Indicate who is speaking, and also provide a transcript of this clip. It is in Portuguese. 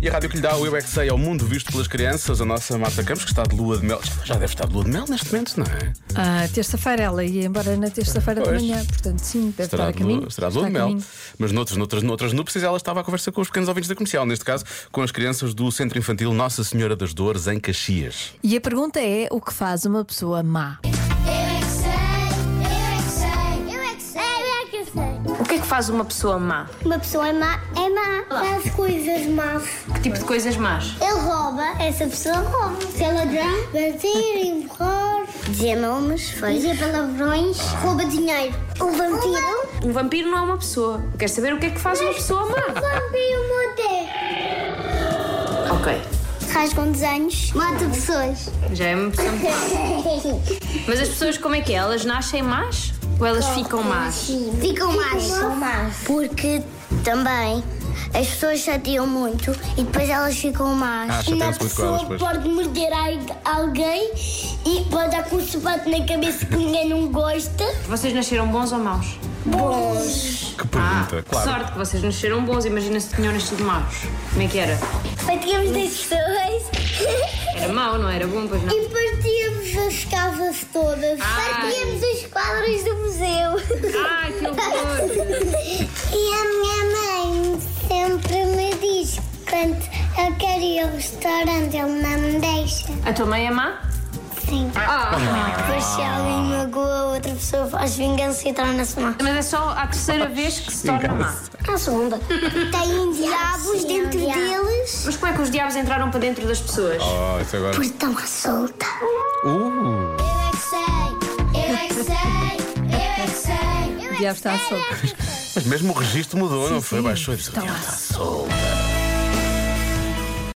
Speaker 1: E a rádio que lhe dá o Eu é Que Sei ao mundo visto pelas crianças, a nossa Marta Campos, que está de lua de mel. Já deve estar de lua de mel neste momento, não é?
Speaker 2: Ah, terça-feira ela ia embora na terça-feira de
Speaker 1: Pois.
Speaker 2: manhã, portanto sim, deve
Speaker 1: Estará
Speaker 2: estar a
Speaker 1: de, lua,
Speaker 2: caminho.
Speaker 1: estará de lua de
Speaker 2: Está a
Speaker 1: mel.
Speaker 2: caminho.
Speaker 1: Mas noutros, noutras, noutras núpcias ela estava à conversa com os pequenos ouvintes da comercial, neste caso com as crianças do Centro Infantil Nossa Senhora das Dores, em Caxias.
Speaker 2: E a pergunta é: o que faz uma pessoa má?
Speaker 3: O que é que faz uma pessoa má?
Speaker 4: Uma pessoa é má, é má, faz coisas más.
Speaker 3: Que tipo de coisas más?
Speaker 4: Ele rouba, essa pessoa rouba. Se é ladrão, bater, empurrar. Dizer nomes, dizer palavrões. Rouba dinheiro. Um vampiro.
Speaker 3: Um vampiro não é uma pessoa. Eu Quero saber o que é que faz uma pessoa má.
Speaker 4: vampiro morder.
Speaker 3: Ok,
Speaker 4: Rasgam desenhos. Mata pessoas.
Speaker 3: já é uma pessoa. Mas as pessoas como é que é? Elas nascem más? Ou elas ficam más?
Speaker 4: Ficam más. Porque também as pessoas chateiam muito e depois elas ficam más.
Speaker 1: Ah,
Speaker 4: Uma
Speaker 1: chateiam-se muito com elas,
Speaker 4: pessoa
Speaker 1: pois.
Speaker 4: pode morder a- alguém e pode dar com um sapato na cabeça que ninguém não gosta.
Speaker 3: Vocês nasceram bons ou maus? Ah,
Speaker 4: Bons.
Speaker 1: Que pergunta,
Speaker 3: que
Speaker 1: Ah, claro.
Speaker 3: sorte que vocês nasceram bons. Imagina se tinham nascido maus. Como é que era?
Speaker 4: Partíamos das pessoas.
Speaker 3: Era mau, não era bom, pois não?
Speaker 4: E partíamos as casas todas. Partíamos os quadros do museu.
Speaker 3: Ai, que horror!
Speaker 4: E a minha mãe sempre me diz quando eu quero ir ao restaurante, ele não me deixa. assim.
Speaker 3: A tua mãe é má?
Speaker 4: Sim.
Speaker 3: Ah,
Speaker 4: Depois se alguém magoa, outra pessoa faz vingança e torna-se má.
Speaker 3: mas é só a terceira vez que se torna má.
Speaker 4: A segunda. Tem diabos
Speaker 2: um
Speaker 4: dentro deles.
Speaker 3: Mas como é que os diabos entraram para dentro das pessoas?
Speaker 1: Oh, isso agora.
Speaker 4: Estão à solta.
Speaker 1: Uh,
Speaker 4: Eu é que sei, eu é que sei, eu é que sei.
Speaker 2: O diabo está à solta.
Speaker 1: mas mesmo o registro mudou, não foi?
Speaker 2: sim.
Speaker 1: Baixou e disse,
Speaker 2: Está lá.
Speaker 1: "Está solta.